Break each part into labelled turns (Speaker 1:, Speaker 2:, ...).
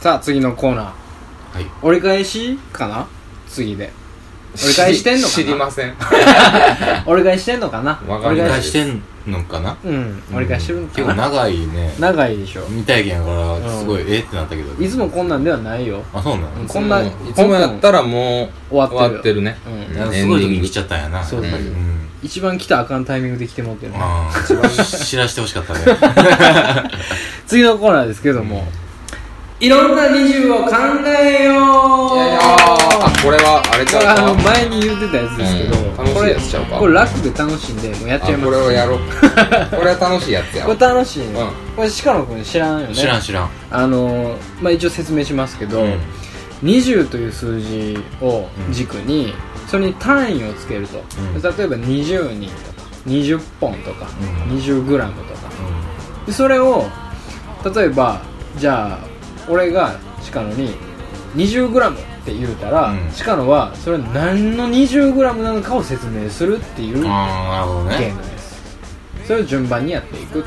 Speaker 1: さあ次のコーナー
Speaker 2: はい
Speaker 1: 折り返しかな次で折り返してんのかな
Speaker 2: 知り知りません
Speaker 1: 折り返してんのかな
Speaker 2: わか
Speaker 1: 折
Speaker 2: り
Speaker 1: り
Speaker 2: ま
Speaker 1: 返
Speaker 2: し
Speaker 1: した
Speaker 2: してんのかな
Speaker 1: うん折り返してるのか
Speaker 2: 結構
Speaker 1: な
Speaker 2: 長いね
Speaker 1: 長いでしょ
Speaker 2: 未体験やから
Speaker 1: うん
Speaker 2: すごいえーってなったけど
Speaker 1: いつもこんなんではないよ
Speaker 2: あそうなの
Speaker 1: うんこんない
Speaker 3: つもいつもやったらもう
Speaker 1: 終わってる
Speaker 3: 終わってるね
Speaker 1: うん
Speaker 3: エンデ
Speaker 2: なんか
Speaker 3: ィ
Speaker 2: す
Speaker 3: ン
Speaker 2: ご
Speaker 3: グ
Speaker 2: い時に来ちゃったんやな
Speaker 1: そう
Speaker 3: だよ
Speaker 2: ん
Speaker 1: 一番来たらあかんタイミングで来てもってるね
Speaker 2: ああ一番知らしてほしかったね
Speaker 1: 次のコーナーですけども、いろんな20を考えよう
Speaker 3: いやいやあこれはあれ
Speaker 1: こ
Speaker 3: ち
Speaker 1: れ
Speaker 3: ゃう
Speaker 1: あの
Speaker 3: か
Speaker 1: 前に言ってたやつですけど、
Speaker 3: うん楽しいやつちゃうか
Speaker 1: これ楽で楽しいんでもうやっ
Speaker 3: あ
Speaker 1: ちゃいます
Speaker 3: これを やろうこれは楽しいやつや
Speaker 1: これ楽しいね、
Speaker 3: う
Speaker 1: これ鹿野君知ら んよね
Speaker 2: 知らん知らん
Speaker 1: あのーまあ一応説明しますけど、
Speaker 2: うん
Speaker 1: 20という数字を軸に、それに単位をつけると、
Speaker 2: うん
Speaker 1: 例えば20人とか20本とか、
Speaker 2: うん
Speaker 1: 20g とかでそれを例えばじゃあ俺が鹿野に 20g って言うたら、
Speaker 2: うん
Speaker 1: 鹿野はそれは何の 20g なのかを説明するっていうゲ
Speaker 2: ああなるほど
Speaker 1: ー
Speaker 2: ね
Speaker 1: ムですそれを順番にやっていくっていう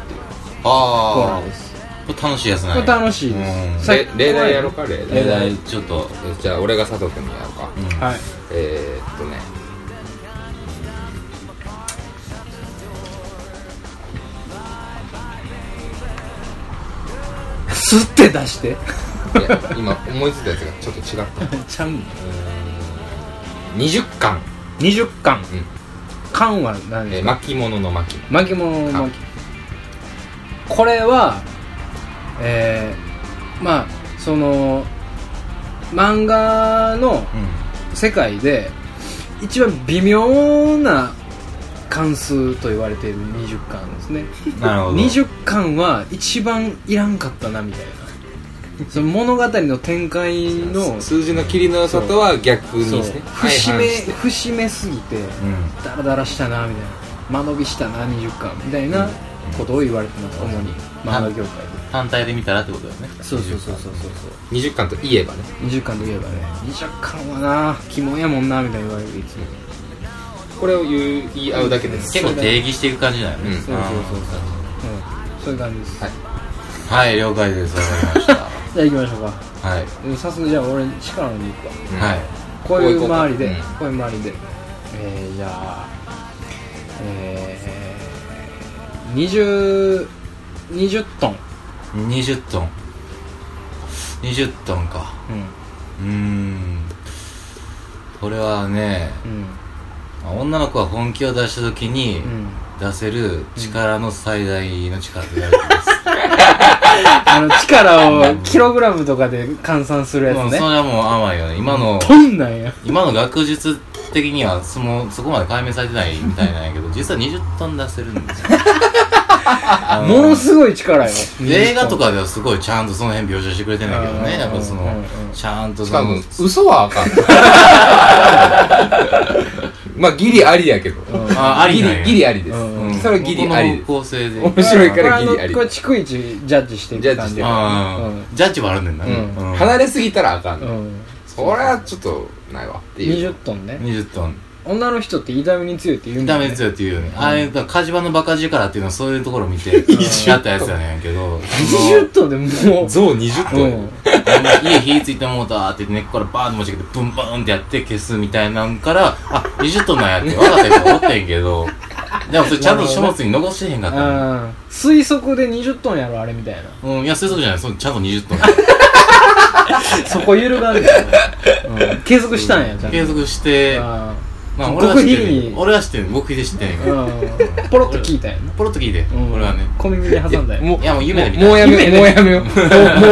Speaker 1: コーナ
Speaker 2: あ
Speaker 1: ーです
Speaker 2: あこれ楽しいやつなん
Speaker 1: これ
Speaker 2: や
Speaker 1: 楽しいです
Speaker 2: うん
Speaker 1: さっき
Speaker 3: れ例題やろうか例
Speaker 1: 例
Speaker 3: 題
Speaker 2: え
Speaker 1: 題
Speaker 2: らいちょっと
Speaker 3: えじゃあ俺が佐藤君にやろうか
Speaker 2: うん
Speaker 1: はい
Speaker 3: えーっとね
Speaker 1: 吸って出して
Speaker 3: いや今思いついたやつがちょっと違った
Speaker 1: ちゃん
Speaker 3: 20巻、
Speaker 1: 20巻、
Speaker 3: ん
Speaker 1: 缶は何
Speaker 3: え
Speaker 1: で
Speaker 3: ー
Speaker 1: すか、
Speaker 3: 巻物の巻
Speaker 1: 巻物の巻これはえー、まあその漫画の
Speaker 2: うん
Speaker 1: 世界で一番微妙な関数と言われている20巻ですね
Speaker 2: なるほど
Speaker 1: 20巻は一番いらんかったなみたいなその物語の展開 の
Speaker 3: 数字の切りの良さとは逆に
Speaker 1: そう
Speaker 3: ですね
Speaker 1: 節
Speaker 3: 相反
Speaker 1: 目
Speaker 3: して
Speaker 1: 節目すぎて
Speaker 2: うん
Speaker 1: ダラダラしたなみたいな間延びしたな20巻みたいなことを言われてます主に漫画業界で
Speaker 2: 単体で見たらってことだよね
Speaker 1: そうそうそうそうそうそ
Speaker 3: 20巻といえばね
Speaker 1: う20巻といえばね20巻はな肝やもんなみたいな言われるいつも
Speaker 3: これを言う言い合うだけです
Speaker 2: 結構定義していく感じだよね
Speaker 3: うん
Speaker 1: そうそうそうそううんそういう感じです、
Speaker 3: はい
Speaker 2: はい了解ですわかりまし
Speaker 1: じゃあ行きましょうか
Speaker 2: たはい
Speaker 1: うん早速じゃあ俺力のに行くわ
Speaker 3: うん
Speaker 2: はい
Speaker 1: こういう周りで
Speaker 3: こういう
Speaker 1: こういう周りでえー、じゃあえー、20 20トン、
Speaker 2: 20トン20トンかうーんこれはね
Speaker 1: うんうん
Speaker 2: 女の子は本気を出した時に
Speaker 1: うん
Speaker 2: 出せる力の最大の力と言 われてます、
Speaker 1: あの力をキログラムとかで換算する
Speaker 2: も
Speaker 1: や
Speaker 2: う
Speaker 1: つ
Speaker 2: それ
Speaker 1: ね。
Speaker 2: はもう甘いよね今の
Speaker 1: とんなんや。
Speaker 2: 今の学術的にはそのそこまで解明されてないみたいなんやけど実は20トン出せるんですよあ
Speaker 1: ものすごい力よ。
Speaker 2: 映画とかではすごいちゃんとその辺描写してくれてんだけど
Speaker 1: う
Speaker 2: ね
Speaker 1: ん
Speaker 2: やっぱその
Speaker 1: うん
Speaker 2: ちゃんと
Speaker 3: し
Speaker 2: そ
Speaker 3: か
Speaker 2: の
Speaker 3: も嘘はあかん まあギリありやけど
Speaker 1: うん。
Speaker 2: ああり
Speaker 3: ギ
Speaker 2: なんや
Speaker 3: リギリありです、
Speaker 1: うん
Speaker 3: それはギリあり
Speaker 2: この方向性で
Speaker 3: 面白いからギ
Speaker 1: こ
Speaker 3: リ
Speaker 1: れ
Speaker 3: あ
Speaker 1: あの
Speaker 3: り
Speaker 1: これ、逐一ジャッジしていく感じ
Speaker 3: ジャッジしていく
Speaker 2: あー
Speaker 1: うん
Speaker 2: ジャッジはあるねんだ
Speaker 1: う
Speaker 2: ね
Speaker 1: ん
Speaker 2: うん
Speaker 3: 離れすぎたらあかん、
Speaker 1: う
Speaker 3: ね
Speaker 1: ん。
Speaker 3: それはちょっとないわっていう
Speaker 1: 20トンね。
Speaker 2: 20トン
Speaker 1: 女の人って痛みに強いって言うんだ
Speaker 2: ダ
Speaker 1: よね。
Speaker 2: メですよっていうよねああいうだから火事場のバカ力っていうのはそういうところを見てやったやつやねんけど
Speaker 1: 20トンでもう。
Speaker 3: 象20
Speaker 1: う
Speaker 3: 頭
Speaker 1: ん。
Speaker 2: あの家火ついてもうたって言って根っこからバーンと持ち上げてブンバーンってやって消すみたいなんからあ20トンなんやって分かったやつおってんけどでもそれちゃんと書物に残してへんかったの
Speaker 1: あー推測で20トンやろ、あれみたいな。
Speaker 2: うん、いや、そういうとこじゃない、そのちゃんと20トン。
Speaker 1: そこ揺るがんねんうん。継続したんや、ちゃんと
Speaker 2: 継続して、
Speaker 1: あ
Speaker 2: まあ、俺は知って
Speaker 1: 極秘
Speaker 2: る、
Speaker 1: に
Speaker 2: 俺は知ってる、極秘で知ってんねん
Speaker 1: ー
Speaker 2: から。
Speaker 1: うん。ポロッと聞いたんやな。
Speaker 2: ポロッと聞いて、
Speaker 1: うん
Speaker 2: 俺はね。
Speaker 1: 小耳に挟んだよ。
Speaker 3: もう
Speaker 2: いや、もう夢で見た。
Speaker 3: もうやめようもうやめようもう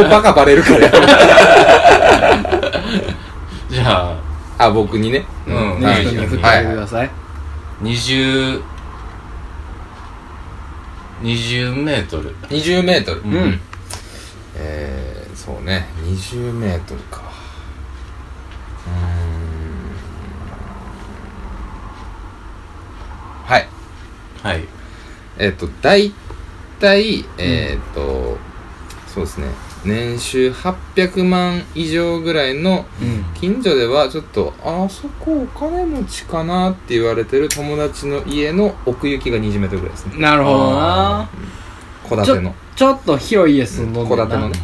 Speaker 3: もうバカバレるからやめよう
Speaker 2: じゃあ、
Speaker 3: あ僕にね
Speaker 2: うん
Speaker 3: は
Speaker 1: ね
Speaker 3: い
Speaker 1: 人に振って
Speaker 3: は
Speaker 1: あ
Speaker 3: い
Speaker 1: げてく
Speaker 3: は
Speaker 1: ださい。
Speaker 2: 20、20メートル。
Speaker 3: い20メートル
Speaker 1: う
Speaker 2: う
Speaker 1: ん。
Speaker 3: えー、そうね20メートルかうーんはい
Speaker 2: はい。
Speaker 3: えっ、と大体えっ、と、そうですね年収800万以上ぐらいの
Speaker 1: うん。
Speaker 3: 近所ではちょっとあそこお金持ちかなって言われてる友達の家の奥行きが20メートルぐらいですね
Speaker 1: なるほどな
Speaker 3: 戸建ての
Speaker 1: ちょっと広い家住んどん
Speaker 3: 戸
Speaker 1: ねんな
Speaker 3: 建てのね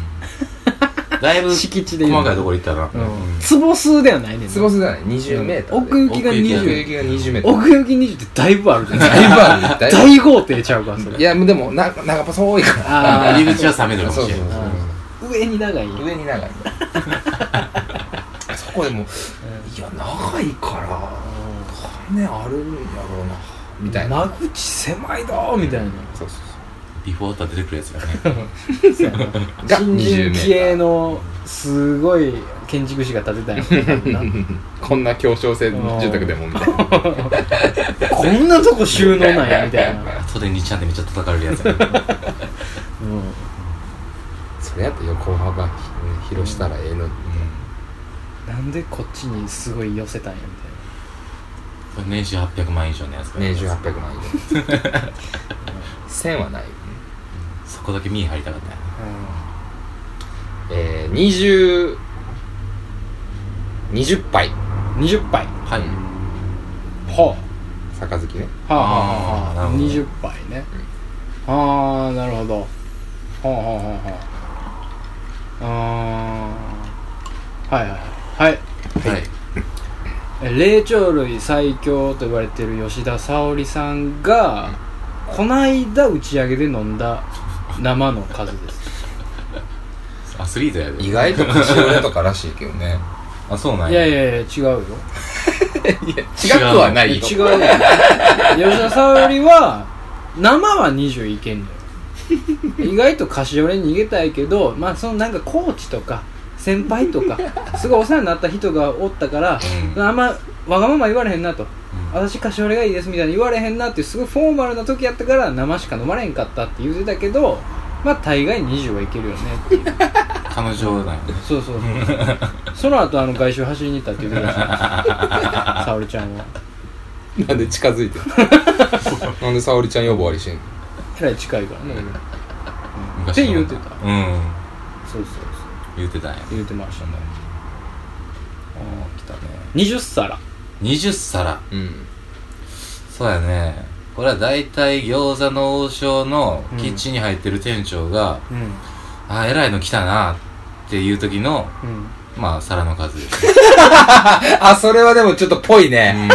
Speaker 2: だいぶ
Speaker 1: 敷地で言う
Speaker 2: 細
Speaker 1: と
Speaker 2: かいところ行ったな。
Speaker 1: うん坪数ではないねんな
Speaker 3: 坪数だね20メートル
Speaker 1: 奥行きが
Speaker 2: 奥行き
Speaker 3: 奥
Speaker 1: 20
Speaker 3: 行きが20メートル
Speaker 1: 奥行き20ってだいぶあるじゃない
Speaker 3: だいぶあるだいぶ
Speaker 1: 大豪邸ちゃうかそれ
Speaker 3: いやでもな長細いから
Speaker 1: あ
Speaker 2: 入り口は冷めるかもしれ
Speaker 3: そうそ
Speaker 2: な
Speaker 3: うそ
Speaker 2: い。
Speaker 1: ー上に長い
Speaker 3: 上 に長いそこでもいや長いから金あるんやろうなみたいな
Speaker 1: 間口狭いだーみたいな
Speaker 3: そうそう
Speaker 2: ビフォーとは出てくるやつがね。
Speaker 1: そうやな
Speaker 3: そうが
Speaker 1: 新
Speaker 3: 20
Speaker 1: 人
Speaker 3: メ
Speaker 1: 気鋭
Speaker 3: ー
Speaker 1: のすごい建築士が建てたんやろ な
Speaker 3: トルこんな狭小性住宅でもみたいな
Speaker 1: こんなとこ収納なんやみたい な、
Speaker 2: 後で2ちゃんでめっちゃ叩かれるやつやね。
Speaker 1: うん
Speaker 3: それやったら横幅広したらええのに
Speaker 1: なんでこっちにすごい寄せたんやみ
Speaker 2: これ年収800万以上のやつが
Speaker 3: 年収800万以上1000はないよね
Speaker 2: そこだけ見え張りたかったよ
Speaker 1: たいな、
Speaker 2: ね
Speaker 3: えー、20 20杯
Speaker 1: うん、20杯は
Speaker 2: はい
Speaker 1: あは
Speaker 3: 杯ね
Speaker 1: あはあ
Speaker 2: あ
Speaker 1: は
Speaker 2: ーなる
Speaker 1: あ
Speaker 2: ほど
Speaker 1: 20杯ね、ああなるほどはあはあはあはああーはいはいはい
Speaker 2: はい
Speaker 1: え霊長類最強と言われてる吉田沙保里さんが、こないだ打ち上げで飲んだ生の数です
Speaker 2: アスリートやで
Speaker 3: 意外と年上とからしいけどね
Speaker 2: あそうなん
Speaker 1: いやいやいや違うよ
Speaker 3: 違くはないよ
Speaker 1: 違うよ 吉田沙保里は生は20いけんのよ意外とカシオレに逃げたいけどまあそのなんかコーチとか先輩と かすごいお世話になった人がおったから、
Speaker 2: うん
Speaker 1: あんまわがまま言われへんなと、
Speaker 2: うん
Speaker 1: 私カシオレがいいですみたいに言われへんなっていうすごいフォーマルな時やったから生しか飲まれへんかったって言うてたけどまあ大概20はいけるよねっていう
Speaker 2: 彼女なんや
Speaker 1: そうそうそうその後あの外周走りに行ったって言うてたし沙 保里ちゃんは
Speaker 3: なんで近づいてるなんで沙織ちゃん呼ばわりしてんの
Speaker 1: えらい近いからね、っ
Speaker 2: 昔
Speaker 1: て
Speaker 2: の
Speaker 1: 言うてた
Speaker 2: うん
Speaker 1: そうそうそう
Speaker 2: 言うてたんや
Speaker 1: 言うてましたねああ来たね20皿
Speaker 2: 20皿
Speaker 3: うん
Speaker 2: そうやねこれは大体餃子の王将のキッチンに入ってる店長が、
Speaker 1: うん
Speaker 2: あえらいの来たなっていう時の
Speaker 1: うん
Speaker 2: まあ皿の数ですね
Speaker 3: あそれはでもちょっとぽいうね
Speaker 2: ん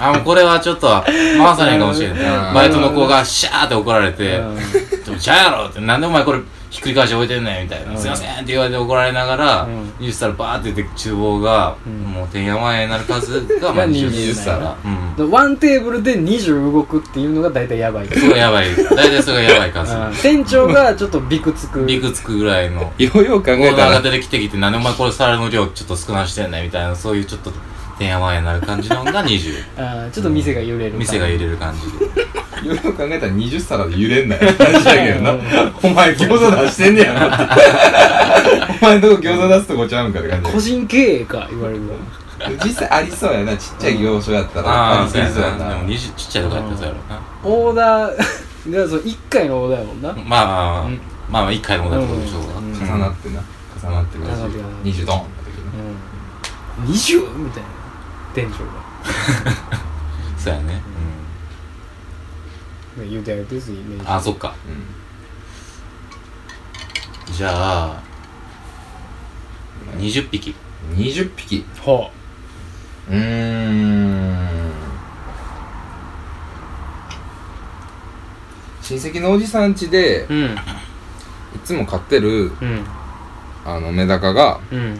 Speaker 2: あもうこれはちょっと回さないかもしれな
Speaker 3: う
Speaker 2: い
Speaker 3: ん
Speaker 2: バイトの子がシャーって怒られて、
Speaker 1: うん
Speaker 2: でもちゃうやろって、なんでお前これひっくり返して置いてんねんみたいな、
Speaker 1: うん
Speaker 2: すいませんって言われて怒られながら、
Speaker 1: うん
Speaker 2: 20皿バーって言って厨房が、
Speaker 1: うん
Speaker 2: もうてんやわんやになる数が、まあ
Speaker 1: が20
Speaker 2: 20皿。うん。
Speaker 1: でワンテーブルで20動くっていうのが大体やばい、うん
Speaker 2: すごいやばい。大体それがやばい数。
Speaker 1: 店長がちょっとビクつく
Speaker 2: ビクつくぐらいの。
Speaker 3: ようよう考
Speaker 2: オー
Speaker 3: え
Speaker 2: ナー
Speaker 3: た
Speaker 2: が
Speaker 3: ら
Speaker 2: 出てきてきて、なんでお前これ皿の量ちょっと少なしてんねんみたいな、そういうちょっとてんやわんやになる感じのが20。
Speaker 1: あーちょっと店が揺れる
Speaker 2: 店が揺
Speaker 1: る
Speaker 2: れる感じで。
Speaker 3: ようよく考えたら20皿で揺れんない話やけどなお前餃子出してんねやろってお前のとこ餃子出すとこちゃうんかって感じ
Speaker 1: 個人経営か言われるわ
Speaker 3: 実際ありそうやなちっちゃい業種やったら
Speaker 2: あ
Speaker 3: あ
Speaker 2: あ、
Speaker 3: り
Speaker 2: そ
Speaker 3: そう
Speaker 2: や
Speaker 3: うや
Speaker 2: な。
Speaker 3: な
Speaker 2: でも20、ちっちゃいとこやったらそうやろうな。
Speaker 1: オーダーがその1回のオーダーやもんな、
Speaker 2: まあまあまあ
Speaker 1: うん、
Speaker 2: まあまあ、一回のことだってことでしょうが。
Speaker 1: うん
Speaker 3: 重なってな重なってるらし
Speaker 1: 重
Speaker 3: い
Speaker 1: なってる
Speaker 3: 20ドンって時
Speaker 1: う
Speaker 3: な
Speaker 1: ん、20? みたいな店長が
Speaker 2: そうやね。
Speaker 1: 言うてあげてすイメージ
Speaker 2: あ、そっか。じゃあ、20匹。
Speaker 3: うん20匹
Speaker 1: ほ
Speaker 3: うーん親戚のおじさん家で
Speaker 1: ううん
Speaker 3: いつも飼って
Speaker 1: う
Speaker 3: る
Speaker 1: ん
Speaker 3: あのメダカが
Speaker 1: うん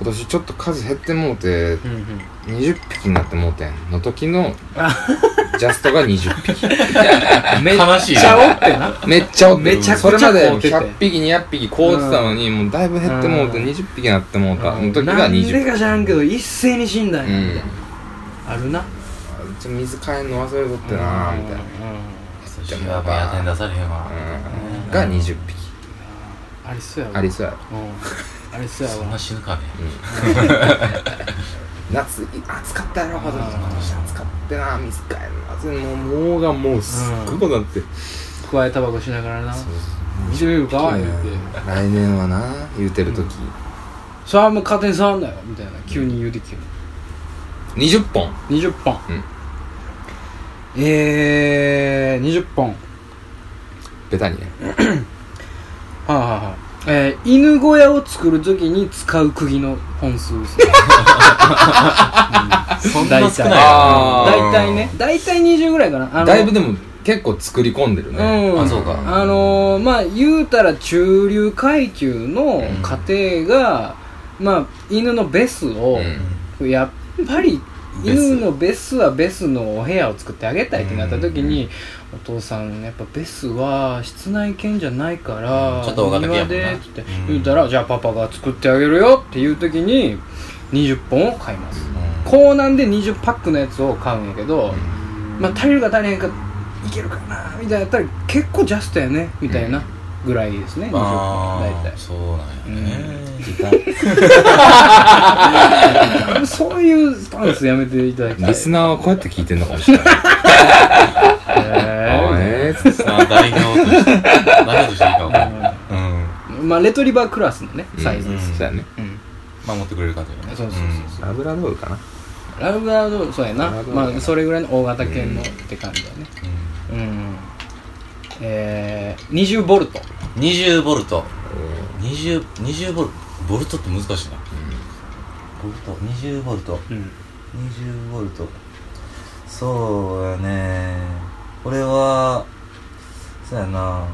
Speaker 3: 今年ちょっと数減ってもうて
Speaker 1: うんうん
Speaker 3: 20匹になってもうてんの時のジャストが20匹
Speaker 1: めっ
Speaker 2: 悲しい
Speaker 1: ち
Speaker 2: ね
Speaker 1: ゃおってな
Speaker 3: めっちゃおって
Speaker 1: めちゃくちゃ
Speaker 3: それまで
Speaker 1: 飼うてて
Speaker 3: 100匹200匹こうってたのにもうだいぶ減ってもうて
Speaker 1: うん
Speaker 3: 20匹になってもうたの時
Speaker 1: な
Speaker 3: が
Speaker 1: んで
Speaker 3: 20
Speaker 1: か知らんけど一斉に死んだん
Speaker 3: う
Speaker 1: や
Speaker 3: ん
Speaker 1: みたいなあるな
Speaker 3: あうち水変えんの忘れとってなみたいな
Speaker 2: そしたら、目当てに出されへんわ。
Speaker 3: うんが20匹
Speaker 1: ありそうやわ
Speaker 3: ありそうやろ
Speaker 1: うんありそうや
Speaker 2: そん
Speaker 1: わ
Speaker 2: な死ぬかね。
Speaker 3: 夏い暑かったやろほど今年暑かったな水変えんの忘れんのもうがもうすっごいことなって
Speaker 1: 加えタバコしながらな20かわいいって
Speaker 3: 来年はな言うてる時
Speaker 1: それはもう勝手に触んなよみたいな急に言うてきよ
Speaker 3: 20本
Speaker 1: 20本
Speaker 3: うん
Speaker 1: えー20本
Speaker 3: ベタにね
Speaker 1: はいはいはいえー犬小屋を作るときに使う釘の本数ですね、
Speaker 2: そんな少ない
Speaker 3: あー
Speaker 1: 大体ね大体20ぐらいかなあの
Speaker 3: だいぶでも結構作り込んでるね
Speaker 1: うん
Speaker 2: あそうか
Speaker 1: あのーまあ言うたら中流階級の家庭が、まあ犬のベスを、やっぱり
Speaker 2: ベス
Speaker 1: 犬のベスはベスのお部屋を作ってあげたいってなった時に、お父さんやっぱベスは室内犬じゃないから、
Speaker 2: うんちょっと大型犬やもんな
Speaker 1: 庭でって
Speaker 2: うん
Speaker 1: 言うたら、じゃあパパが作ってあげるよっていう時に20本を買います
Speaker 2: うん
Speaker 1: 高難で20パックのやつを買うんやけど、まあ足りるか足りへんかいけるかなみたいなやったら結構ジャストやねみたいなぐらいですね、20
Speaker 2: あ
Speaker 1: 本
Speaker 2: ー
Speaker 1: 大体
Speaker 2: そうなんやね
Speaker 1: そういうスタンスやめていただきたい
Speaker 3: リスナーはこうやって聞いてんのかもしれないあ
Speaker 1: えー
Speaker 3: ーえー
Speaker 2: さあ代表として代表としていいかもうん
Speaker 1: まあレトリバークラスのねサイズです、
Speaker 3: そうだね
Speaker 1: うん
Speaker 2: 守ってくれる感じだよね
Speaker 1: そうそうそうそう、
Speaker 3: ラブラドールかな
Speaker 1: ラブラドールそうやな
Speaker 3: ラブラドール
Speaker 1: まあそれぐらいの大型犬のって感じだね
Speaker 2: うんうん
Speaker 1: うん、えー、20ボルト
Speaker 2: 20ボルト20 20ボルトボルトって難しいなボルト20ボルト
Speaker 1: うん
Speaker 2: 20ボルトそうやね俺はそうやな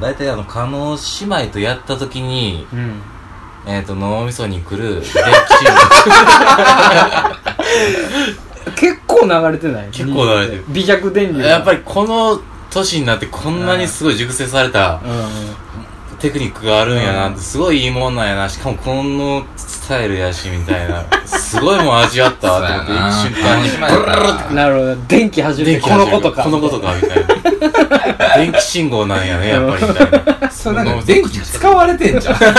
Speaker 2: 大体あの加納姉妹とやった時に
Speaker 1: うん
Speaker 2: えっ、と脳みそに来る電気
Speaker 1: 結構流れてない
Speaker 2: 結構流れてる
Speaker 1: 微弱電
Speaker 2: 信
Speaker 1: 流
Speaker 2: 号やっぱりこの年になってこんなにすごい熟成され
Speaker 1: う
Speaker 2: たテクニックがあるんやなってすごいいいもんなんやなしかもこのスタイルやしみたいなすごいもん味わったわって思 って一瞬間に
Speaker 1: ん なるほど電気走る
Speaker 2: 電
Speaker 1: って
Speaker 2: 気
Speaker 1: このことか
Speaker 2: このことかみたいな電気信号なんやねやっぱりみたいな
Speaker 3: そうなんか電気使われてんじゃん
Speaker 1: た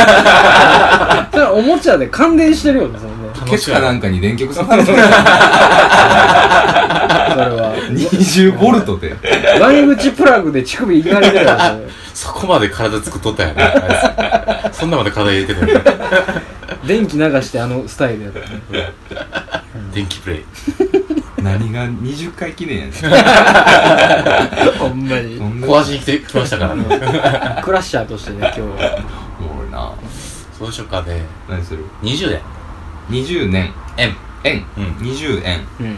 Speaker 1: だおもちゃで感電してるよねそれね
Speaker 2: 楽
Speaker 3: ケ
Speaker 2: し
Speaker 3: ツ
Speaker 2: いわ
Speaker 3: かなんかに電極刺されてる
Speaker 1: それ は
Speaker 3: 20ボルトで
Speaker 1: 悪口プラグで乳首いかれてるよね
Speaker 2: そこまで体作っとったんやねあいつそんなまで体入れてたよね
Speaker 1: 電気流してあのスタイルやったね
Speaker 2: 電気プレイ
Speaker 3: 何が20回記念やねん
Speaker 1: ほんまに
Speaker 3: そんな
Speaker 2: 小足に来てきましたからね
Speaker 1: クラッシャーとしてね今日は
Speaker 3: おもろいな
Speaker 2: そうしようかね
Speaker 3: 何する
Speaker 2: 20や
Speaker 3: 20年
Speaker 2: 円
Speaker 3: 円
Speaker 2: うん
Speaker 3: 20円
Speaker 1: うん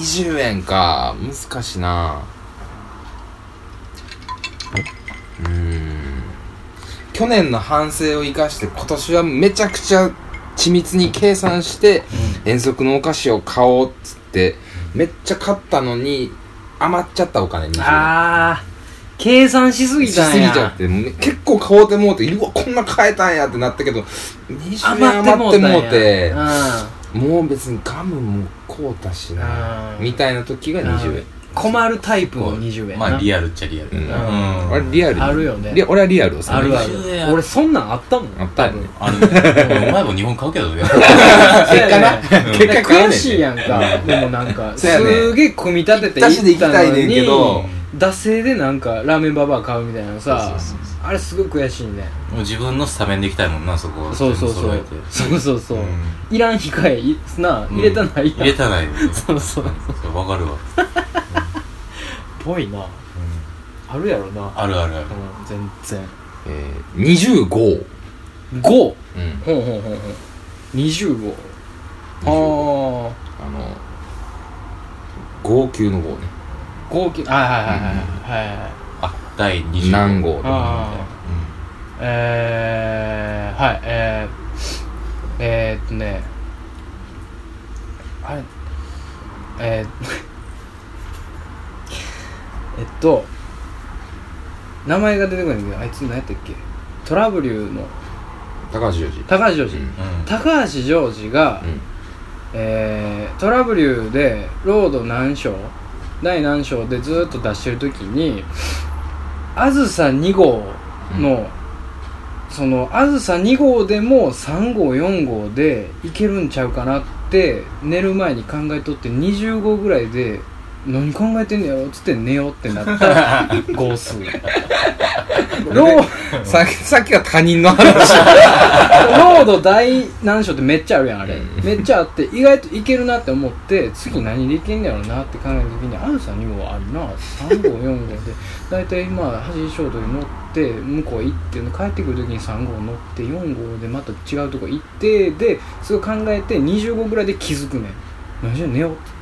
Speaker 3: 20円か難しいなうーん去年の反省を生かして今年はめちゃくちゃ緻密に計算して遠足のお菓子を買おうっつってめっちゃ買ったのに余っちゃったお金20円
Speaker 1: ああ計算しすぎ
Speaker 3: したす
Speaker 1: んや
Speaker 3: ぎちゃってもうね結構買おうてもうてうわこんな買えたんやってなったけど20円
Speaker 1: 余っても
Speaker 3: 余っ
Speaker 1: う
Speaker 3: て
Speaker 1: たんや
Speaker 3: もうて
Speaker 1: う
Speaker 3: もう別にガムも買うたしな
Speaker 1: うん
Speaker 3: みたいな時が20円
Speaker 1: ん困るタイプの20円な
Speaker 2: まあリアルっちゃリアル
Speaker 3: うん
Speaker 2: うん
Speaker 3: あれリアルに
Speaker 1: あるよね
Speaker 3: リア俺はリアルをさ
Speaker 1: あるあ
Speaker 2: 20円や
Speaker 1: る俺そんなんあったもん
Speaker 3: あったよね
Speaker 2: あるねお前も日本買うけどねう
Speaker 1: 結
Speaker 3: 結果な結果食わねえね
Speaker 1: 悔しいやんかでもなん かす
Speaker 3: そうやね
Speaker 1: げえ組み立てて
Speaker 3: 一足で
Speaker 1: い
Speaker 3: 行
Speaker 1: った
Speaker 3: きたい
Speaker 1: の
Speaker 3: ねんけど
Speaker 1: に惰性でなんかラーメンババア買うみたいなのさ
Speaker 3: そうそう
Speaker 1: あれすごい悔しいね
Speaker 2: ん自分のスタメンでいきたいもんなそこ
Speaker 1: そうそうそう
Speaker 2: 全部揃えて
Speaker 1: そうそうそう
Speaker 2: うん
Speaker 1: いらん控えいな入れたないやん
Speaker 2: 入れたない
Speaker 1: そうそう
Speaker 2: そうわかるわ
Speaker 1: ぽいなあるやろな
Speaker 2: あるあるある
Speaker 1: うん全然
Speaker 3: えー25
Speaker 1: 5ほ
Speaker 3: うん
Speaker 1: うほうほうほう25あ
Speaker 3: 25
Speaker 1: あ
Speaker 3: あの号泣の号ね
Speaker 1: 合計あはいはいはいはいはいはい
Speaker 2: あ第20
Speaker 3: 何号とか
Speaker 1: ああえーはいえーえーっとねあれえーえっと名前が出てこないんだけどあいつ何やったっけトラブリューの
Speaker 3: 高橋洋次
Speaker 1: 高橋ジョージ、
Speaker 3: うん
Speaker 2: うん
Speaker 1: 高橋ジョージが、えートラブリューでロード何章第何章でずーっと出してる時にあずさ2号の、そのあずさ2号でも3号4号でいけるんちゃうかなって寝る前に考えとって20号ぐらいで何考えてんねやろっつって寝ようってなった号数ロー
Speaker 3: うんささっきは他人の話
Speaker 1: ロード大難所ってめっちゃあるやんあれ、
Speaker 3: うん
Speaker 1: めっちゃあって意外といけるなって思って次何でいけんねやろなって考えた時にあるさ2号あるな3号4号で大体まあ8時衝動に乗っって向こう行って帰ってくる時に3号乗って4号でまた違うとこ行ってですごい考えて20号ぐらいで気づくねん何しろ寝ようって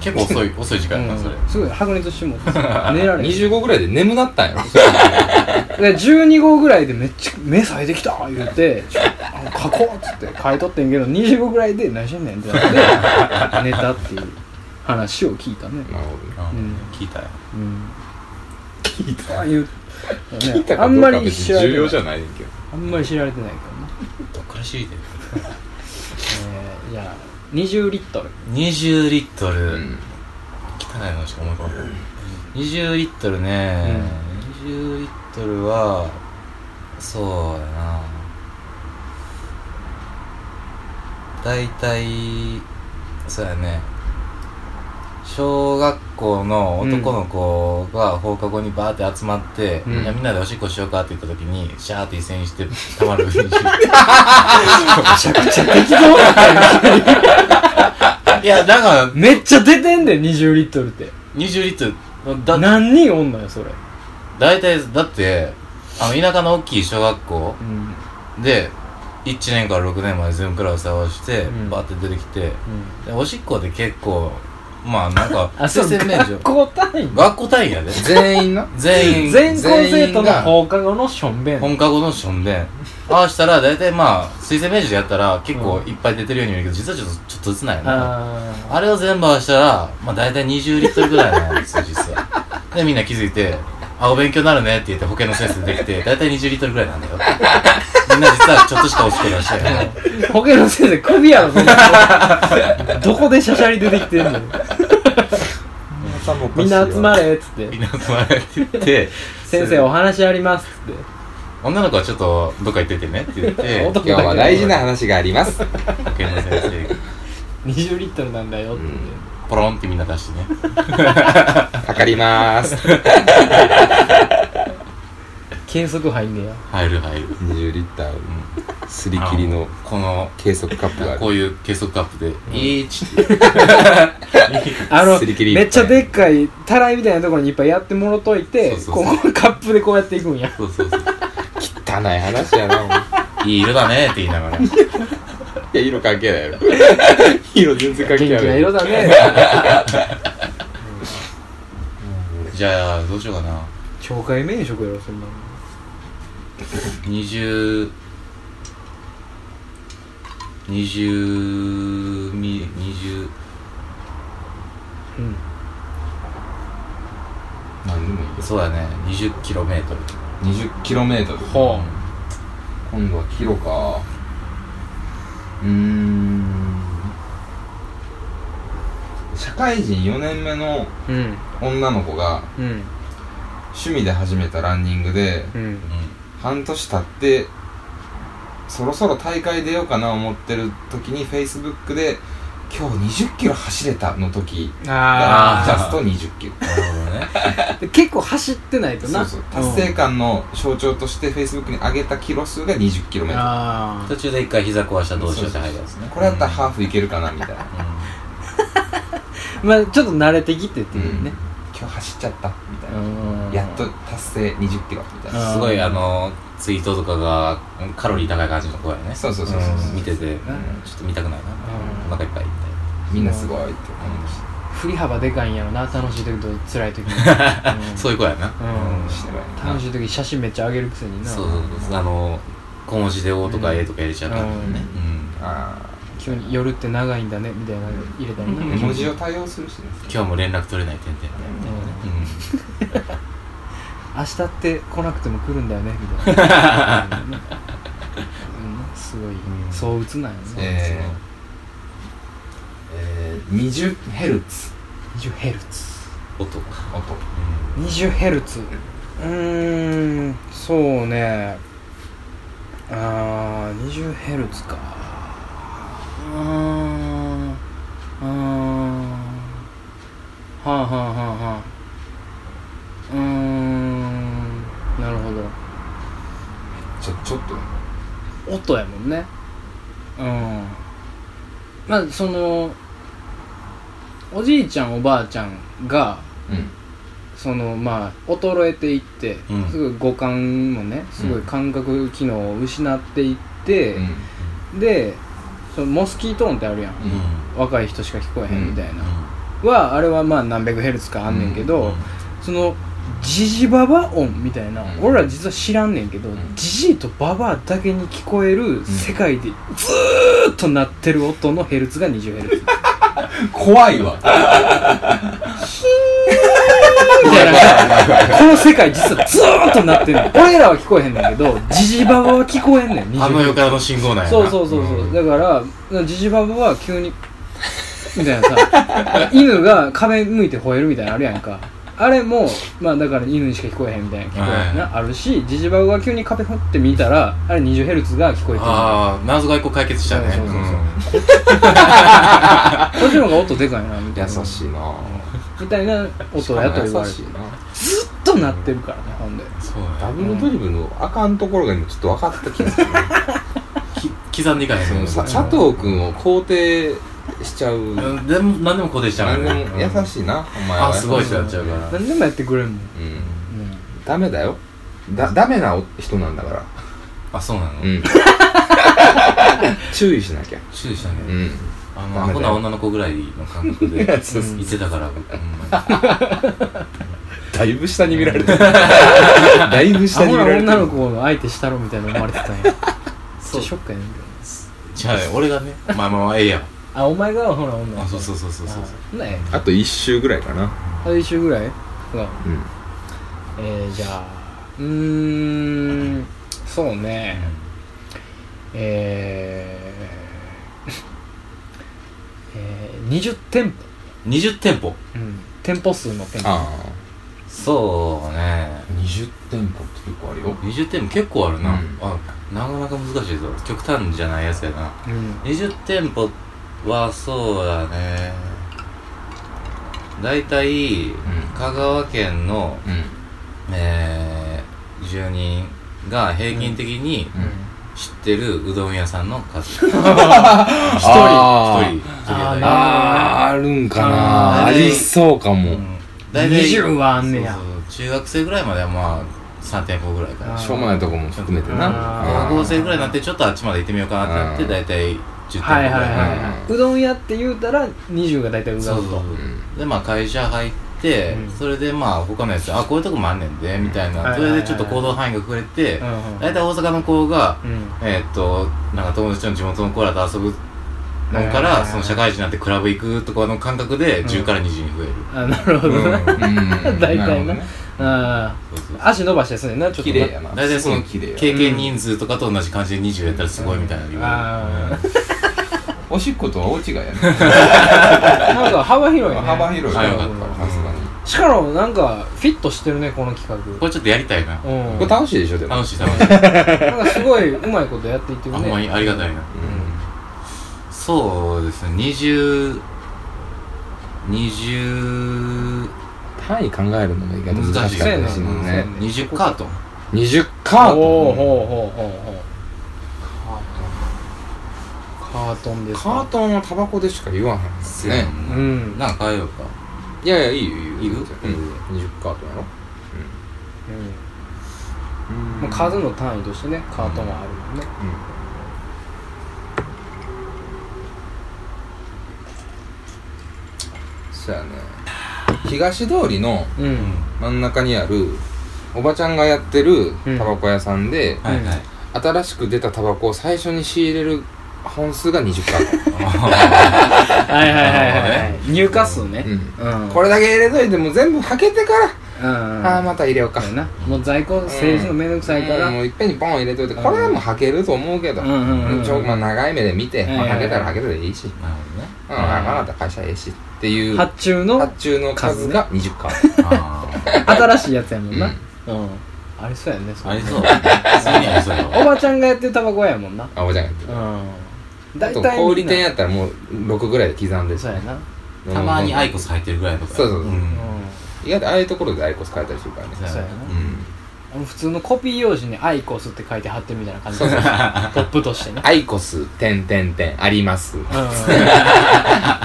Speaker 2: 結構遅い、遅い時間や
Speaker 1: う
Speaker 2: な、
Speaker 1: ん
Speaker 2: それ。
Speaker 1: すごい白熱してもうて 寝られへん
Speaker 3: 25ぐらいで眠なったんや ろ
Speaker 1: で12号ぐらいでめっちゃ目咲いてきた言うてちょあの書こうっつって書いとってんけど25ぐらいで何してんねんってなって寝たっていう話を聞いたね
Speaker 3: なるほどね
Speaker 2: うん聞いたよ。
Speaker 1: うん
Speaker 3: 聞いた
Speaker 1: ああいう、ね、
Speaker 3: 聞いた
Speaker 1: あ
Speaker 3: か
Speaker 1: ん
Speaker 3: どう
Speaker 1: ま
Speaker 3: か
Speaker 1: り
Speaker 3: 別
Speaker 1: 知ら
Speaker 3: に
Speaker 1: れ
Speaker 3: 重
Speaker 1: て
Speaker 3: 要
Speaker 1: ない
Speaker 3: じゃないねんけど
Speaker 1: あんまり知られてないからね、
Speaker 2: どっから知いてる
Speaker 1: えー、じゃあ20リットル
Speaker 2: ?20 リットル。
Speaker 3: うん
Speaker 2: 汚いのしか思い浮かばない。20リットルね、20リットルは、そうやな。大体、そうやね。小学校の男の子が放課後にバーって集まって、
Speaker 1: うん
Speaker 2: いやみんなでおしっこしようかって言った時に、シャーって移線して溜 まるいや、だから、
Speaker 1: めっちゃ出てんで20リットルって
Speaker 2: 20リットル、だ、
Speaker 1: 何人おんのよそれ、
Speaker 2: 大体、だって、あの、田舎の大きい小学校
Speaker 1: うんうん、
Speaker 2: で、1年から6年まで全部クラス探して、
Speaker 1: うん
Speaker 2: バーって出てきて、でおしっこで結構、まあなんか、
Speaker 1: あそう
Speaker 2: 生鮮
Speaker 1: 学校単位
Speaker 2: 学校単位やで。
Speaker 3: 全員な
Speaker 2: 全員、
Speaker 1: 全校生徒の放課後のしょんべん
Speaker 2: 本科後のしょんで、ああしたら大体まあ、水薦明治でやったら結構いっぱい出てるように見えるけど、実はちょっと、ちょっとずつなんやな。
Speaker 1: あー
Speaker 2: あれを全部合わしたら、まあ大体20リットルぐらいなんですよ、実は。で、みんな気づいて、あ、お勉強になるねって言って保健の先生出てきて、大体20リットルぐらいなんだよ。みんな実はちょっとしかおしっこ 出してない。
Speaker 1: 保健の先生クビやろそんなのどこでシャシャリ出てきてんの みんな集まれっつっ
Speaker 2: み
Speaker 1: て
Speaker 2: んな集まれって言って、
Speaker 1: 先生お話ありますっつっ
Speaker 2: 女の子はちょっとどっか行っててねって言って、
Speaker 1: 男
Speaker 2: 保
Speaker 3: 今日は大事な話があります
Speaker 2: 健の先生、
Speaker 1: て20リットルなんだよって言って、
Speaker 2: ポロンってみんな出してね。
Speaker 3: 測りまーす
Speaker 1: 計測入んねや
Speaker 2: 入る入る。
Speaker 3: 20リッターを
Speaker 2: うん
Speaker 3: すり切りの
Speaker 2: この
Speaker 3: 計測カップがある
Speaker 2: こういう計測カップで「いい」ち
Speaker 1: あの
Speaker 3: すり切りいっぱい
Speaker 1: めっちゃでっかいたらいみたいなところにいっぱいやってもろといて
Speaker 2: そうそうそう
Speaker 1: ここのカップでこうやっていくん や
Speaker 2: そうそうそう
Speaker 3: 汚い話やなも
Speaker 2: 「
Speaker 3: う
Speaker 2: いい色だね」って言いながら
Speaker 3: いや色関 係ないよ色全然関
Speaker 1: 元気
Speaker 3: 係ない
Speaker 1: な色だね
Speaker 2: じゃあどうしようかな
Speaker 1: 懲戒免職やろそんなの
Speaker 2: 20 20ミ20
Speaker 1: うん
Speaker 3: 何でもい
Speaker 2: そうだね 20km
Speaker 3: いよ 20km
Speaker 1: ほう
Speaker 3: 今度はキロかうーん社会人4年目の
Speaker 1: うん
Speaker 3: 女の子が
Speaker 1: うん
Speaker 3: 趣味で始めたランニングで
Speaker 1: うん
Speaker 3: 半年経ってそろそろ大会出ようかな思ってる時に Facebook で「今日2 0キロ走れた」の時が
Speaker 1: あ
Speaker 3: ジャスト2 0キロ
Speaker 2: なるほどね
Speaker 1: あで結構走ってないと
Speaker 3: そ
Speaker 1: な
Speaker 3: うそう達成感の象徴として Facebook に上げたキロ数が 20km
Speaker 1: うん
Speaker 3: こ
Speaker 1: あ
Speaker 2: 途中で一回膝壊したらどうしようって入るやつね
Speaker 3: れやったらハーフいけるかなみたいな
Speaker 1: あまあちょっと慣れてきてっていうね
Speaker 3: 今日走っちゃったみたいな
Speaker 1: うん
Speaker 3: やっと達成 20km みたい
Speaker 2: うん
Speaker 1: あ
Speaker 3: な
Speaker 2: すごいあのツイートとかがカロリー高い感じの子やね
Speaker 3: そうそうそうそう
Speaker 2: 見ててちょっと見たくないな
Speaker 1: うん
Speaker 2: お腹いっぱいみたいな
Speaker 3: みんなすごいって思いまし
Speaker 1: 振り幅でかいんやろな楽しい時と辛い時に、うん
Speaker 2: そういう子やな。
Speaker 1: うん
Speaker 3: たしてない
Speaker 1: 楽しい時写真めっちゃ上げるくせにな
Speaker 2: そうそうそう。あの、小文字で O とか A とか入れちゃったんだよね。うん。
Speaker 3: あ
Speaker 1: 急に「夜って長いんだね」みたいなの入れたりな
Speaker 3: あ絵文字を対応するしね
Speaker 2: 今日も連絡取れない点々
Speaker 1: うん
Speaker 2: だよね。う
Speaker 1: 明日って来なくても来るんだよねみたい な、うんうんすごい
Speaker 2: ん
Speaker 1: 相うつなんやね、
Speaker 3: えー、20Hz
Speaker 1: 20ヘルツ
Speaker 2: ん。音が。
Speaker 3: 音
Speaker 1: 20ヘルツうーんそうねあー20ヘルツかうーんうーんはあはあはあはあうーんなるほど
Speaker 3: ちょちょっと
Speaker 1: 音やもんねうんまあそのおじいちゃんおばあちゃんが
Speaker 3: うん
Speaker 1: そのまあ衰えていって、
Speaker 2: うん
Speaker 1: すごい五感もねすごい感覚機能を失っていって、でそのモスキート音ってあるやん
Speaker 2: うん
Speaker 1: 若い人しか聞こえへんみたいな、
Speaker 2: う
Speaker 1: はあれはまあ何百ヘルツかあんねんけど、
Speaker 2: ん
Speaker 1: そのジジババ音みたいな、
Speaker 3: うん
Speaker 1: 俺ら実は知らんねんけど、
Speaker 3: ん
Speaker 1: ジジイとババアだけに聞こえる世界でずーっと鳴ってる音のヘルツが20ヘル ツ
Speaker 3: 怖いわ。
Speaker 1: みたいなこの世界実はずーっと鳴ってるの俺らは聞こえへんねんけどジジババは聞こえんねん
Speaker 2: あの
Speaker 1: 20
Speaker 2: 世からの信号なんやな
Speaker 1: そうそうそうそう、だからジジババは急にみたいなさ犬が壁向いて吠えるみたいなのあるやんかあれもまあだから犬にしか聞こえへんみたいな聞こえへんな、あるしジジババが急に壁振ってみたらあれ 20Hz が聞こえてる
Speaker 2: ああ謎が一個解決したね
Speaker 1: そうそうそうこっちの方が音でかいなみたいな
Speaker 3: 優しいな
Speaker 1: みたいな音やと言われ
Speaker 3: 優
Speaker 1: て
Speaker 3: し
Speaker 1: ず
Speaker 3: い
Speaker 1: っ
Speaker 3: な
Speaker 1: と鳴ってるからねほんで
Speaker 2: うんそうや
Speaker 3: ダブルドリブルのあかんところが今ちょっと分かった気がするな
Speaker 2: き刻んでいかへん
Speaker 3: そ
Speaker 2: けど
Speaker 3: のさ佐藤君を肯定しちゃう
Speaker 2: うんでも何でも固定しちゃ
Speaker 3: 何
Speaker 2: う
Speaker 3: で
Speaker 2: ね
Speaker 3: も優しいなお前は
Speaker 2: あすごい人やっちゃうから
Speaker 1: 何でもやってくれるもん、
Speaker 3: うん
Speaker 1: うん
Speaker 3: ダメだよだダメな人なんだから
Speaker 2: あそうなの
Speaker 3: うん 注意しなきゃ
Speaker 2: 注意した
Speaker 3: う
Speaker 2: ね
Speaker 3: ん
Speaker 2: あ
Speaker 3: ダ
Speaker 2: の
Speaker 3: メだよ
Speaker 2: アホな女の子ぐらいの感覚で
Speaker 3: そう
Speaker 1: そう
Speaker 2: 言ってたからほんまに
Speaker 3: だいぶ下に見られ てるだいぶ
Speaker 1: ア
Speaker 3: 下に
Speaker 1: ホ
Speaker 3: 見
Speaker 1: な
Speaker 3: られてる
Speaker 1: 女の子の相手したろみたいな思われてたんやめっち
Speaker 2: そ
Speaker 1: ゃ
Speaker 2: う
Speaker 1: ショックやねんけど
Speaker 2: じゃあ俺がねまあまあまあええや
Speaker 1: あお前がアホな女
Speaker 2: あそうそうそうそうそう
Speaker 1: うね
Speaker 3: あと1周ぐらいかな
Speaker 1: あと1週ぐらいが
Speaker 3: うん
Speaker 1: えー、じゃあうーんそうねえー、 えー、20店舗、
Speaker 2: 20店舗
Speaker 1: うん、店舗数の店舗
Speaker 3: ああ
Speaker 2: そうね
Speaker 3: 20店舗って結構あるよ
Speaker 2: 20店舗結構あるな、
Speaker 3: うん
Speaker 2: あなかなか難しいぞ極端じゃないやつやな
Speaker 1: うん
Speaker 2: 20店舗はそうだね大体香川県の、
Speaker 3: うん
Speaker 2: えー、住人が平均的に知ってるうどん屋さんの数一人一
Speaker 3: 一
Speaker 2: 人
Speaker 1: あー
Speaker 2: だ
Speaker 3: あーあるんか
Speaker 2: あー
Speaker 3: なありそうかも、
Speaker 1: 20はあんねや
Speaker 2: そうそう中学生ぐらいまではまあ3.5ぐらいかな
Speaker 1: あー
Speaker 3: しょうもないとこも含めてな
Speaker 1: あー
Speaker 2: 高校生ぐらいになってちょっとあっちまで行ってみようかなってなって大体10点ぐ
Speaker 1: は
Speaker 2: ら
Speaker 1: い
Speaker 2: い
Speaker 1: はいはい、
Speaker 2: うん
Speaker 1: うどん屋って言うたら20が大体う
Speaker 2: そ
Speaker 1: ど
Speaker 2: うんそう
Speaker 1: と
Speaker 2: そう
Speaker 3: う、ん
Speaker 2: でまあ会社入って、
Speaker 1: うん
Speaker 2: それでまあ他のやつあこういうとこもあんねんでみたい
Speaker 1: はいはい
Speaker 2: な、それでちょっと行動範囲が増えて、
Speaker 1: うんうん
Speaker 2: 大体大阪の子が
Speaker 1: うん
Speaker 2: えーっとなんか友達の地元の子らと遊ぶのか
Speaker 1: はいはいは
Speaker 2: ら
Speaker 1: い
Speaker 2: その社会人になってクラブ行くとかの感覚で
Speaker 1: うん
Speaker 2: 10から20に増える、
Speaker 1: あなるほどな、
Speaker 2: うん
Speaker 3: う ん
Speaker 1: 大体な
Speaker 3: るほどね
Speaker 1: あ
Speaker 2: そうそう
Speaker 1: ー足伸ばしてすねんなちょっと
Speaker 3: 綺麗やな
Speaker 2: 大体その
Speaker 3: すごい綺麗や
Speaker 2: 経験人数とかと同じ感じで20やったらすごいみたいな言わ
Speaker 1: あ
Speaker 2: れる
Speaker 3: おしっことは大違いやね
Speaker 1: ーなんか幅広いね
Speaker 3: 幅広い
Speaker 2: あ
Speaker 3: な
Speaker 2: よか
Speaker 1: った
Speaker 3: さすがに
Speaker 1: しかもなんかフィットしてるねこの企
Speaker 2: こ
Speaker 1: 画
Speaker 2: れちょっとやりたいな
Speaker 1: うん
Speaker 3: これ楽しいでしょでも
Speaker 2: 楽しい楽しいあ
Speaker 1: なんかすごいうまいことやっていってる
Speaker 2: ほんま
Speaker 1: ね
Speaker 2: にありがたいな
Speaker 3: う
Speaker 2: そうですね20 20
Speaker 3: ん単位考えるのも意外と難しかったですもん
Speaker 1: そうや
Speaker 3: ね
Speaker 1: ね
Speaker 2: 20カートン
Speaker 3: 20カー
Speaker 1: ほう
Speaker 3: ト
Speaker 1: ほうほうほうほうカートンで
Speaker 3: ン
Speaker 1: す
Speaker 3: カートンはタバコでしか言わへんですね
Speaker 1: う
Speaker 2: ね
Speaker 1: ん
Speaker 2: なんか変えようか
Speaker 3: いやいやいいよいいよ
Speaker 2: いいよ
Speaker 3: うん20カートンやろ
Speaker 1: う
Speaker 3: うん
Speaker 1: んもう数の単位としてねカートンはあるもんね
Speaker 3: そうやね東通りの
Speaker 1: う
Speaker 2: うん
Speaker 1: ん
Speaker 3: 真ん中にあるおばちゃんがやってる
Speaker 1: うん
Speaker 3: タバコ屋さんで、
Speaker 2: はいはい
Speaker 3: 新しく出たタバコを最初に仕入れる本数が20回、
Speaker 1: はいはいはいはい
Speaker 2: な
Speaker 1: は
Speaker 2: る
Speaker 1: い入荷数ね
Speaker 3: うん
Speaker 1: うん
Speaker 3: これだけ入れといても全部はけてから、
Speaker 1: うん
Speaker 3: ああ
Speaker 1: あ
Speaker 3: また入れようか、
Speaker 1: やなもう在庫整理するのめんどくさいから
Speaker 3: うんも
Speaker 1: う
Speaker 3: ういっぺんにボン入れといてこれはもうはけると思うけど、
Speaker 1: うんうんうんうん
Speaker 3: ちょまあ、長い目で見て、
Speaker 1: はいは
Speaker 3: ま
Speaker 1: いはい
Speaker 3: あ、はけたらはけたでいいし、うん、
Speaker 2: なるほどね
Speaker 3: あかなかったら会社ええしっていう発
Speaker 1: 発注の
Speaker 3: 注の数が20回、
Speaker 2: あ
Speaker 1: 新しいやつやもんな
Speaker 3: うん
Speaker 1: うんありそうやねそ
Speaker 2: ー
Speaker 1: れ
Speaker 2: ありそう普通にありそうよ
Speaker 1: おばちゃんがやってるタバコやもんな
Speaker 3: あおばちゃんがやってる
Speaker 1: うん
Speaker 3: あ
Speaker 1: 大
Speaker 3: と
Speaker 1: 体
Speaker 3: 小売
Speaker 1: みんな
Speaker 3: 店やったらもう6ぐらいで刻んで
Speaker 1: そうやな
Speaker 2: たまにアイ
Speaker 3: コ
Speaker 2: コス入ってるぐらいのとか
Speaker 3: そうそうそうん
Speaker 1: うん
Speaker 3: 意外とああいうところでアイコス変えたりするからね
Speaker 2: そう
Speaker 1: そうや
Speaker 3: う
Speaker 1: なんあの普通のコピー用紙に「アイコス」って書いて貼ってるみたいな感じでトップとしてね
Speaker 3: アイコス、点点点、あります。
Speaker 1: うん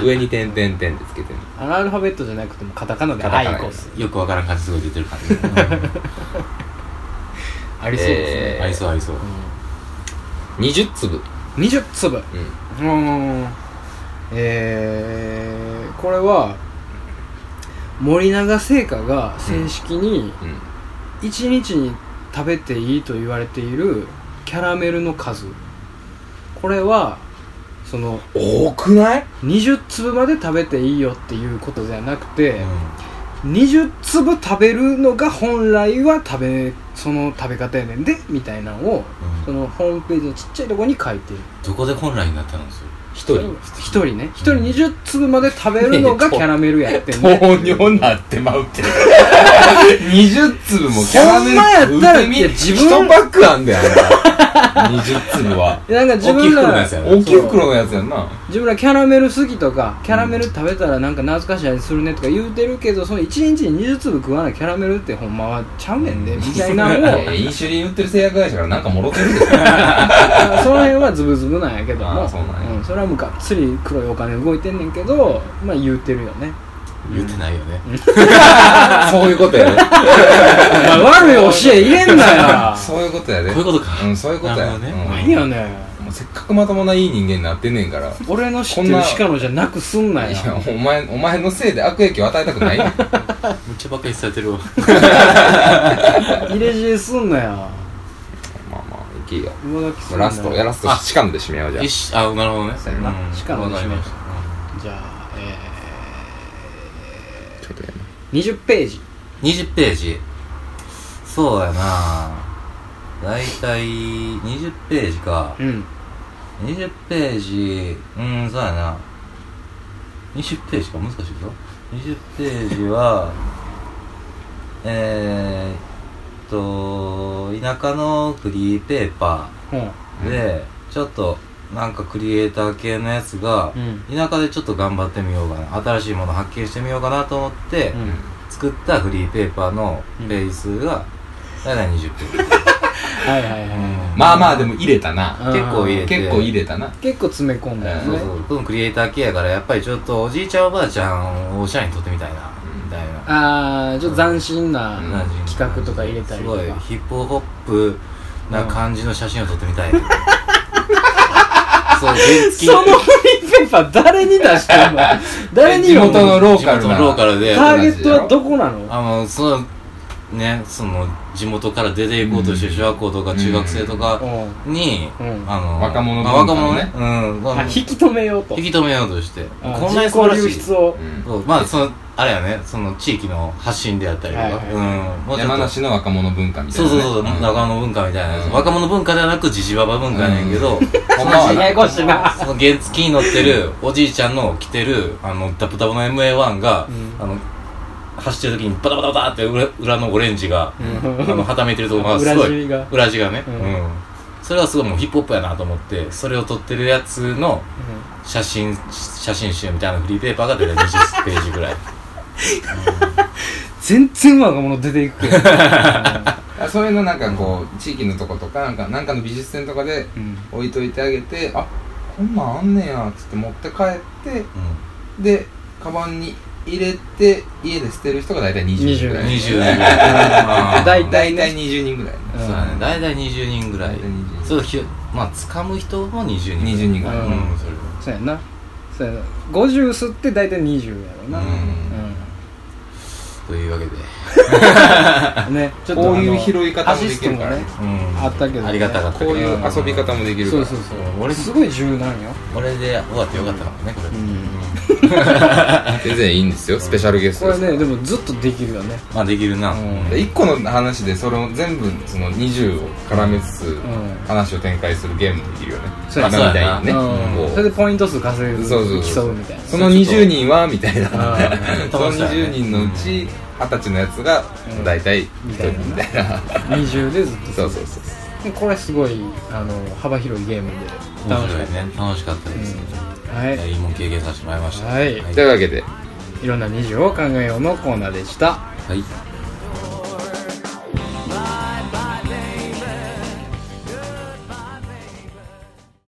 Speaker 3: 上に点点点ってつけてる。
Speaker 1: ああのアルファベットじゃなくてもカタカナで「
Speaker 3: カタカナ
Speaker 1: アイ
Speaker 3: で
Speaker 1: コス
Speaker 2: よくわからん感じすごい出てる感じ、う」
Speaker 1: ありそうですね、
Speaker 3: え
Speaker 2: ん、ありそうありそう
Speaker 3: 20粒
Speaker 1: うん、20粒う
Speaker 3: うん
Speaker 1: ーんえー、これは森永製菓が正式に
Speaker 3: うん
Speaker 1: 1日に食べていいと言われているキャラメルの数これはその
Speaker 3: 多くない
Speaker 1: 20粒まで食べていいよっていうことじゃなくて、
Speaker 2: う
Speaker 1: 20粒食べるのが本来は食べその食べ方やねんでみたいなのを
Speaker 2: んうん
Speaker 1: そのホームページのちっちゃいとこに書いてる
Speaker 2: どこで本来になったのそれ
Speaker 3: 一人
Speaker 1: 1人ね1人20粒まで食べるのがキャラメルやってん ね
Speaker 3: 糖尿なってまうって20粒もキャラメル
Speaker 1: ほんまやったら
Speaker 3: うてみ
Speaker 1: いや自分
Speaker 3: 一パックあんだよ あれ20粒は
Speaker 1: なんか自
Speaker 2: 大きい
Speaker 1: 分
Speaker 2: 袋の
Speaker 1: ら
Speaker 2: やつやろ
Speaker 3: 大きい袋のやつやんな
Speaker 1: 自分らキャラメル好きとかキャラメル食べたらなんか懐かしい味するねとか言うてるけどその1日に20粒食わないキャラメルってほんまはちゃうねんでみたいなのを
Speaker 3: いやインシュリン売ってる製薬会社からなんかもろてるでし
Speaker 1: ま
Speaker 3: ょ
Speaker 1: あ その辺はズブズブなんやけど
Speaker 3: あ
Speaker 1: も
Speaker 3: ーそうなんや
Speaker 1: ん、それはもうがっつり黒いお金動いてんねんけどまあ言うてるよ ね
Speaker 2: 言ってないよね、
Speaker 3: そういうことやで
Speaker 1: お前悪い教え入れんなよ
Speaker 3: そういうことやで
Speaker 2: こういうことか、
Speaker 3: うんそういうことや
Speaker 2: なるほどね
Speaker 3: うん
Speaker 1: 何やね
Speaker 3: もうせっかくまともないい人間になってんねんから
Speaker 1: ん俺の知ってる鹿野じゃなくすんないよ
Speaker 3: やお前お前のせいで悪影響与えたくないねん
Speaker 2: めっちゃバカにされてるわ
Speaker 1: 入れ知恵すんなよ
Speaker 3: まあまあいけよ
Speaker 1: 上書きすんなよ
Speaker 3: ラストやラスト
Speaker 2: あ
Speaker 3: しかんで締めようじゃ
Speaker 2: よしあなるほどね
Speaker 3: そうやな
Speaker 2: うん
Speaker 1: しかも
Speaker 2: わかりまし
Speaker 1: じゃあ
Speaker 3: あちょっとやな
Speaker 1: えー、20ページ
Speaker 2: 20ページそうやなだいたい20ページか
Speaker 1: うん
Speaker 2: 20ページうーんそうやな20ページか難しいぞ20ページはえーっと田舎のフリーペーパ
Speaker 1: うん
Speaker 2: ーで、ちょっとなんかクリエイター系のやつが、
Speaker 1: うん
Speaker 2: 田舎でちょっと頑張ってみようかな新しいもの発見してみようかなと思って、
Speaker 1: うん
Speaker 2: 作ったフリーペーパーのページ数が大体20ページ、
Speaker 1: はいはいは
Speaker 3: まあまあでも入れたない
Speaker 2: 結構入れて
Speaker 3: 結構入れたな
Speaker 1: 結構詰め込んだよ
Speaker 2: そう
Speaker 1: ね
Speaker 2: そうこのクリエイター系やからやっぱりちょっとおじいちゃんおばあちゃんをおしゃれに撮ってみたいなみたいな
Speaker 1: ああちょっと斬新な
Speaker 3: うん
Speaker 2: 感じ
Speaker 1: 企画とか入れたりとか
Speaker 2: すごいヒップホップな感じの写真を撮ってみ たい、そう原付
Speaker 1: そのフリーペーパー誰に出してん の誰に
Speaker 3: 地
Speaker 1: 読む
Speaker 3: 元のロー
Speaker 2: 地
Speaker 3: カル
Speaker 2: 元の
Speaker 3: な
Speaker 2: ローカルで
Speaker 1: ターゲットはどこなの
Speaker 2: あのそのねその地元から出ていこうとしてる小学校とか中学生とか
Speaker 1: う
Speaker 2: に、
Speaker 1: うん
Speaker 2: あの
Speaker 3: 若者
Speaker 2: まあ
Speaker 3: 文化
Speaker 2: 若
Speaker 3: の
Speaker 2: 者
Speaker 3: ね
Speaker 2: ねうん
Speaker 1: んあ引き止めようと
Speaker 2: 引き止めようとして
Speaker 1: あ
Speaker 2: こんなに
Speaker 1: 人
Speaker 2: 素
Speaker 1: 口
Speaker 2: 晴ら
Speaker 1: 流
Speaker 2: しい
Speaker 1: 出を
Speaker 3: うん
Speaker 2: そうまあそのあれやねその地域の発信であったりとか、
Speaker 1: はいはい
Speaker 2: うんもうちょっと
Speaker 3: 山梨の若者文化みたい
Speaker 2: そう
Speaker 3: なね
Speaker 2: そうそう、若者文化みたいなやつ、
Speaker 3: うん
Speaker 2: 若者文化ではなくジジババ文化やねんけど、
Speaker 3: ほんまは
Speaker 1: や
Speaker 3: な
Speaker 1: やこしいな
Speaker 2: その原付に乗ってるおじいちゃんの着てるあのダブダブの MA1 が、
Speaker 1: うん
Speaker 2: あの走ってる時にバタバタバタって裏裏のオレンジが、あのはためいてるとこがす
Speaker 1: 裏
Speaker 2: ごい
Speaker 1: 地が
Speaker 2: 裏地がね、
Speaker 1: う
Speaker 2: うんんそれはすごいもうヒップホップやなと思ってそれを撮ってるやつの写真写真集みたいなフリーペーパーが出て20ページぐらい
Speaker 1: 全然若者出ていく けど
Speaker 3: あそういうのなんかこう地域のとことかなんかなんかの美術展とかで
Speaker 1: うん
Speaker 3: 置いといてあげてあこんなんあんねやっつって持って帰ってでカバンに入れて家で捨てる人が大体20人ぐ
Speaker 2: うん
Speaker 3: らい
Speaker 2: 20人ぐ
Speaker 3: 人
Speaker 2: らい
Speaker 1: 大体
Speaker 3: 大体20人ぐらい
Speaker 1: うん
Speaker 2: そうだね大体20人ぐらい
Speaker 3: 大体20人
Speaker 2: そうひまあ掴む人も20人
Speaker 3: 20人ぐらい
Speaker 2: うん
Speaker 1: う、
Speaker 2: それは
Speaker 1: そうやなそうやな50吸って大体20やろな
Speaker 2: う
Speaker 1: うん
Speaker 2: というわけで、
Speaker 1: んね ちょっと
Speaker 3: こういう
Speaker 1: あの
Speaker 3: 拾い方もできるから
Speaker 1: アシ
Speaker 3: ね
Speaker 1: ストもね
Speaker 2: うん
Speaker 1: あったけどね
Speaker 2: ありがたかったけ
Speaker 3: こ
Speaker 2: ど
Speaker 3: ういう遊び方もできるか
Speaker 1: そ
Speaker 3: ら
Speaker 1: うそうそう
Speaker 2: 俺
Speaker 1: すごい柔軟よ
Speaker 2: これで終わってよかったかもねこれ、
Speaker 3: 全然いいんですよスペシャルゲス
Speaker 1: こ
Speaker 3: トで
Speaker 1: れ
Speaker 3: すか
Speaker 1: ね
Speaker 3: ら
Speaker 1: でもずっとできるよね
Speaker 2: まあできるな、
Speaker 1: うん
Speaker 3: で一個の話でそれを全部その20を絡めつつ
Speaker 1: ん
Speaker 3: 話を展開するゲームもできるよね
Speaker 1: そうやな
Speaker 3: 今みたいにね
Speaker 1: うんそ
Speaker 3: こ
Speaker 1: れ
Speaker 3: う
Speaker 1: でポイント数稼ぐ
Speaker 3: そうそうそ
Speaker 1: 競
Speaker 3: う
Speaker 1: うみたいな
Speaker 3: その20人はみたいな
Speaker 1: あー
Speaker 3: その20人のうち20歳のやつが大体1
Speaker 1: みた
Speaker 3: 人
Speaker 1: いな
Speaker 3: みたいな
Speaker 1: 20でずっと
Speaker 3: そうそうそうそう
Speaker 1: でこれすごいあの幅広いゲームで
Speaker 2: 面
Speaker 1: 楽しか
Speaker 2: 白い
Speaker 1: っ
Speaker 2: ね楽しかったです、
Speaker 1: たはい
Speaker 2: いやいいもん経験させてもらいました
Speaker 1: はい
Speaker 2: はい
Speaker 3: というわけで
Speaker 1: いろんな20を考えようのコーナーでした
Speaker 2: はい